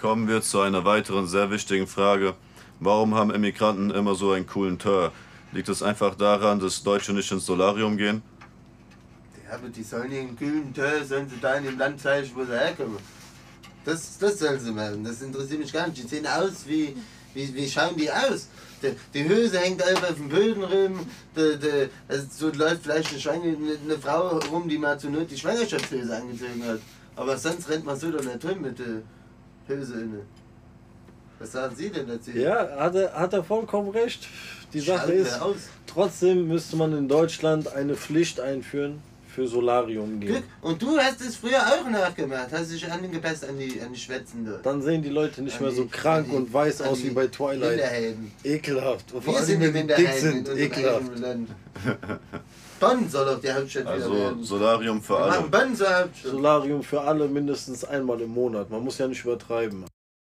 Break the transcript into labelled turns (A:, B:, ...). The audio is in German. A: Kommen wir zu einer weiteren sehr wichtigen Frage. Warum haben Immigranten immer so einen coolen Tör? Liegt es einfach daran, dass Deutsche nicht ins Solarium gehen?
B: Ja, aber die sollen ihren kühlen Tö, sollen sie da in dem Land zeigen, wo sie herkommen. Das, das sollen sie machen, das interessiert mich gar nicht. Die sehen aus wie, wie, wie schauen die aus? Die, die Hose hängt einfach auf dem Böden rum, die, die, also so läuft vielleicht eine, Schwange, eine Frau rum, die mal zur Not die Schwangerschaftshöse angezogen hat. Aber sonst rennt man so doch nicht rum mit der Hose inne. Was sagen Sie denn dazu?
C: Ja, hat er, hat er vollkommen recht. Die Sache
B: Schalten wir
C: ist,
B: aus.
C: trotzdem müsste man in Deutschland eine Pflicht einführen für Solarium
B: Glück.
C: gehen.
B: Und du hast es früher auch nachgemacht, hast dich angepasst an die, an die Schwätzende.
C: Dann sehen die Leute nicht
B: An
C: mehr so
B: die-
C: krank
B: an die-
C: und weiß
B: an
C: aus
B: die
C: wie bei Twilight.
B: Minderheiten.
C: Ekelhaft. Und vor
B: Wir
C: allem,
B: sind die
C: wenn die dick
B: Minderheiten in
C: sind,
B: unserem
C: ekelhaft.
B: eigenen Land. Bonn soll doch die Hauptstadt wieder
A: Also
B: werden.
A: Solarium für
B: Wir
A: alle.
B: machen Bonn zur Hauptstadt.
C: Solarium für alle mindestens einmal im Monat. Man muss ja nicht übertreiben.